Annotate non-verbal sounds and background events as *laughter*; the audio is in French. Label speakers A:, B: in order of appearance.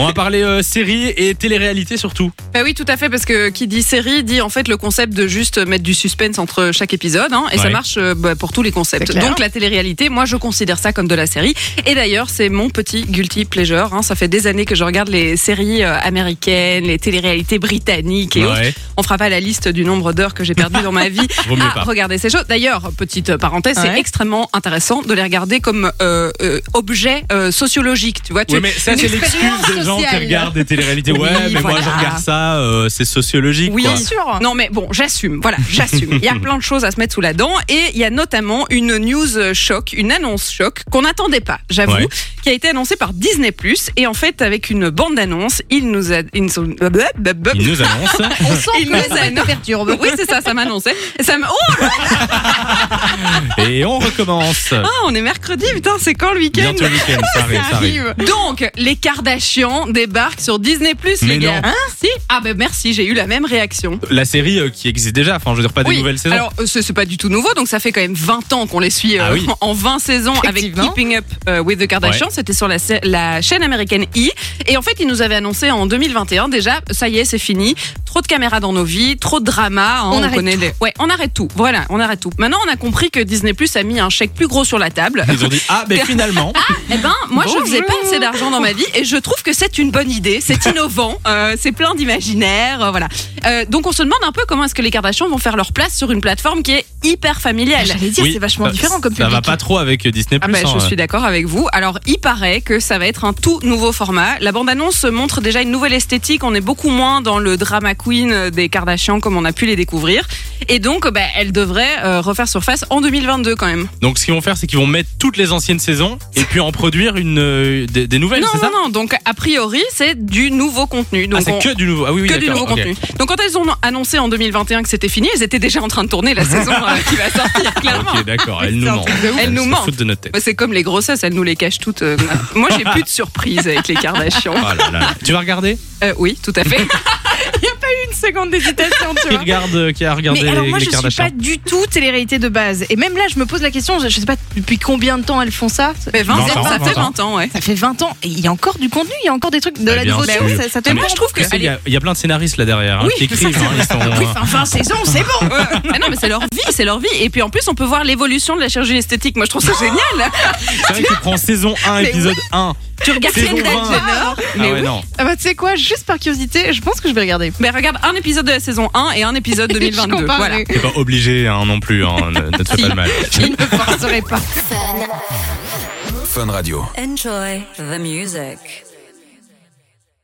A: On va parler euh, séries et télé-réalité surtout.
B: Bah oui, tout à fait, parce que qui dit série dit en fait le concept de juste mettre du suspense entre chaque épisode, hein, et ça
A: Ouais.
B: marche euh, bah, pour tous les concepts.
C: C'est clair.
B: Donc la télé-réalité, moi je considère ça comme de la série. Et d'ailleurs, c'est mon petit guilty pleasure. hein. Ça fait des années que je regarde les séries euh, américaines, les télé-réalités britanniques et autres.
A: Ouais,
B: On fera pas la liste du nombre d'heures que j'ai perdu dans ma vie
A: *laughs* vaut mieux
B: à
A: pas.
B: regarder ces choses. D'ailleurs, petite parenthèse, c'est
C: Ouais.
B: extrêmement intéressant de les regarder comme euh, euh, objet euh, sociologique. Tu vois, tu,
A: Ouais, mais ça,
C: Une
A: c'est l'excuse
C: expérience
A: des gens qui
C: sociale.
A: regardent des télé-réalités.
B: Oui,
A: Ouais, mais moi,
B: voilà.
A: je regarde ça, euh, c'est sociologique.
B: Oui,
A: quoi.
B: bien
C: sûr.
B: Non, mais bon, j'assume. Voilà, j'assume. Il y a
A: *laughs*
B: plein de choses à se mettre sous la dent. Et il y a notamment une news euh, choc, une annonce choc qu'on n'attendait pas, j'avoue,
A: Ouais.
B: qui a été annoncée par Disney. Et en fait, avec une bande-annonce, il nous a. il nous a-
A: Il nous annonce.
C: On sent
B: Il
C: que
B: nous
C: ça
B: annonce.
C: te perturbe.
B: Oui, c'est ça, ça m'annonçait. Ça m'a- oh,
A: et on
B: *laughs*
A: recommence.
B: ah, on est mercredi, putain, c'est quand le week-end
A: Bientôt le week-end, ça arrive, ça arrive.
B: Donc, les Kardashians débarquent sur Disney+, les
A: Mais
B: gars.
A: non.
B: Hein si Ah ben merci, j'ai eu la même réaction.
A: La série euh, qui existe déjà, enfin, je veux dire, pas des
B: oui.
A: nouvelles saisons.
B: Alors, euh, c'est c'est pas du tout nouveau, donc ça fait quand même 20 ans qu'on les suit euh,
A: Ah oui.
B: *laughs* en 20 saisons avec
C: Effectivement.
B: Keeping Up euh, with the Kardashians. C'était sur la, sa- la chaîne américaine E. Et en fait, ils nous avaient annoncé en 2021 déjà, ça y est, c'est fini. Trop de caméras dans nos vies, trop de drama. hein,
C: On arrête
B: connaît les- Ouais, on arrête tout. Voilà, on arrête tout. Maintenant, on a compris que Disney Plus a mis un chèque plus gros sur la table.
A: Ils ont dit, ah,
B: *laughs*
A: mais finalement.
B: Eh ben, moi, je faisais pas
C: Bonjour.
B: assez d'argent dans ma vie et je trouve que c'est une bonne idée.
C: *laughs*
B: C'est innovant, euh, c'est plein d'imaginaire, euh, voilà. Euh, donc, on se demande un peu comment est-ce que les Kardashians vont faire leur place sur une plateforme qui est hyper familiale.
C: Ah, J'allais dire,
A: Oui,
C: c'est vachement
A: ça-
C: différent comme
A: Ça
C: public.
A: va pas trop avec Disney+.
B: Ah ben,
A: hein,
B: je
A: euh.
B: suis d'accord avec vous. Alors, il paraît que ça va être un tout nouveau format. La bande-annonce montre déjà une nouvelle esthétique. On est beaucoup moins dans le drama queen des Kardashians comme on a pu les découvrir. Et donc, bah, elle devrait euh, refaire surface en 2022 quand même.
A: Donc, ce qu'ils vont faire, c'est qu'ils vont mettre toutes les anciennes saisons et puis en produire une, euh, des, des nouvelles,
B: non,
A: c'est ça
B: non, non. Donc, a priori, c'est du nouveau contenu.
A: Ah,
B: Donc,
A: c'est
B: on-
A: que du nouveau. Ah oui, oui,
B: que du
A: d'accord,
B: nouveau
A: ok.
B: contenu. Donc quand elles ont annoncé en 2021 que c'était fini, elles étaient déjà en train
A: *laughs*
B: de tourner la saison euh, qui va sortir, clairement.
A: Ok, d'accord, elle
B: C'est
A: nous
B: un
A: ment.
B: truc de ouf. Elle nous
A: se
B: ment.
A: fout de notre tête.
B: Bah, C'est comme les grossesses, elles nous les cachent toutes. euh, Moi, j'ai plus de surprise avec les Kardashians.
A: Oh là là. Tu vas regarder
B: Euh, oui, tout à fait. Il
A: *laughs*
B: n'y a pas eu une seconde d'hésitation, tu
A: Qui
B: vois.
A: regarde, euh, qui a regardé
C: mais alors
A: les,
C: moi
A: les
C: je suis
A: Kardashians
C: pas du tout télé-réalité de base. Et même là je me pose la question, je, je sais pas depuis combien de temps elles font ça.
B: Mais 20
A: 20
B: ans,
A: ans,
B: ça fait
A: 20 ans.
B: 20 ans, ouais.
C: Ça fait 20 ans et il y a encore du contenu, il y a encore des trucs de
A: Bah,
C: la
A: bien
C: nouveauté.
A: sûr.
C: Ça, ça te
A: Mais
B: moi,
C: prend.
B: je trouve que.
A: Tu sais, Il y,
B: allez,
A: a- il y a plein de scénaristes là derrière hein,
B: Oui,
A: qui écrivent. hein, ils sont,
C: Oui,
A: euh,
C: enfin, fin saison, c'est bon.
B: euh, ah non, mais c'est leur vie, c'est leur vie. Et puis en plus, on peut voir l'évolution de la chirurgie esthétique. Moi,
A: *laughs*
B: je trouve ça génial.
A: C'est vrai que tu prends saison 1,
B: Mais
A: épisode 1.
B: tu regardes
A: Saison
B: Kendall
A: 20.
B: Jenner.
A: Ah ouais,
B: Mais oui.
A: non.
C: Ah bah, tu sais quoi, juste par curiosité, je pense que je vais regarder.
B: Mais regarde un épisode de la saison 1 et
A: *laughs*
B: un épisode 2022.
C: je
B: voilà.
C: comparerai.
A: T'es pas obligé hein, non plus, hein, ne, ne te fais pas le mal.
C: Je ne me forcerai pas.
D: Enjoy the music.